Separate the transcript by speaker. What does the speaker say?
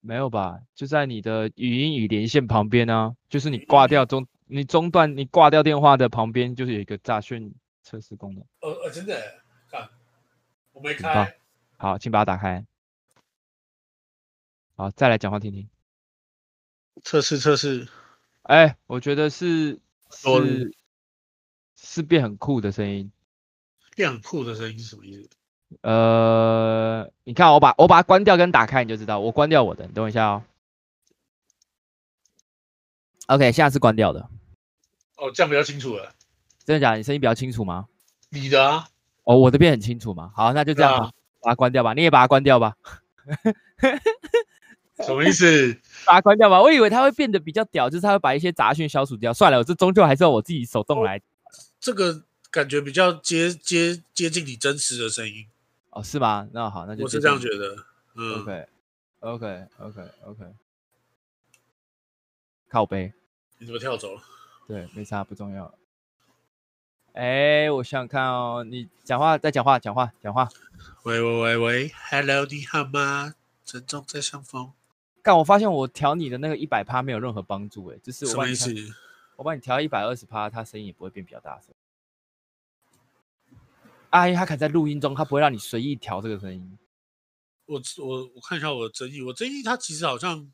Speaker 1: 没有吧？就在你的语音与连线旁边啊，就是你挂掉中，你中断你挂掉电话的旁边，就是有一个诈炫测试功能。
Speaker 2: 呃呃，真的，看我没
Speaker 1: 很棒
Speaker 2: 开，
Speaker 1: 好，请把它打开。好，再来讲话听听。
Speaker 3: 测试测试，
Speaker 1: 哎，我觉得是
Speaker 3: 多
Speaker 1: 是是变很酷的声音。
Speaker 3: 亮酷的声音是什么意思？
Speaker 1: 呃，你看，我把我把它关掉跟打开，你就知道。我关掉我的，你等我一下哦。OK，现在是关掉的。
Speaker 2: 哦，这样比较清楚了。
Speaker 1: 真的假的？你声音比较清楚吗？
Speaker 2: 你的啊，
Speaker 1: 哦，我的变很清楚吗？好，那就这样吧，
Speaker 2: 对啊
Speaker 1: 把它关掉吧。你也把它关掉吧，
Speaker 2: 什么意思？
Speaker 1: 把它关掉吧。我以为它会变得比较屌，就是它会把一些杂讯消除掉。算了，我这终究还是要我自己手
Speaker 3: 哦
Speaker 1: 动来。
Speaker 3: 这个感觉比较接接接近你真实的声音，
Speaker 1: 哦，是吗？那好，那就
Speaker 3: 我是
Speaker 1: 接
Speaker 3: 这样
Speaker 1: 近
Speaker 3: 觉得。嗯，
Speaker 1: OK，OK，OK，OK，靠背，
Speaker 3: 你怎么跳走了？
Speaker 1: 对，没啥不重要。哎，我想想看哦，你讲话，再讲话，讲话，讲话。
Speaker 3: 喂喂喂喂，Hello，你好吗？珍重在上风，
Speaker 1: 干，我发现我调你的那个一百趴没有任何帮助，哎，就是我
Speaker 3: 什
Speaker 1: 帮
Speaker 3: 么
Speaker 1: 你
Speaker 3: 意
Speaker 1: 调
Speaker 3: 思？
Speaker 1: 我帮你调一百二十趴，它声音也不会变比较大声。啊，因为它可能在录音中，它不会让你随意调这个声音。
Speaker 3: 我我我看一下我的争议，我争议它其实好像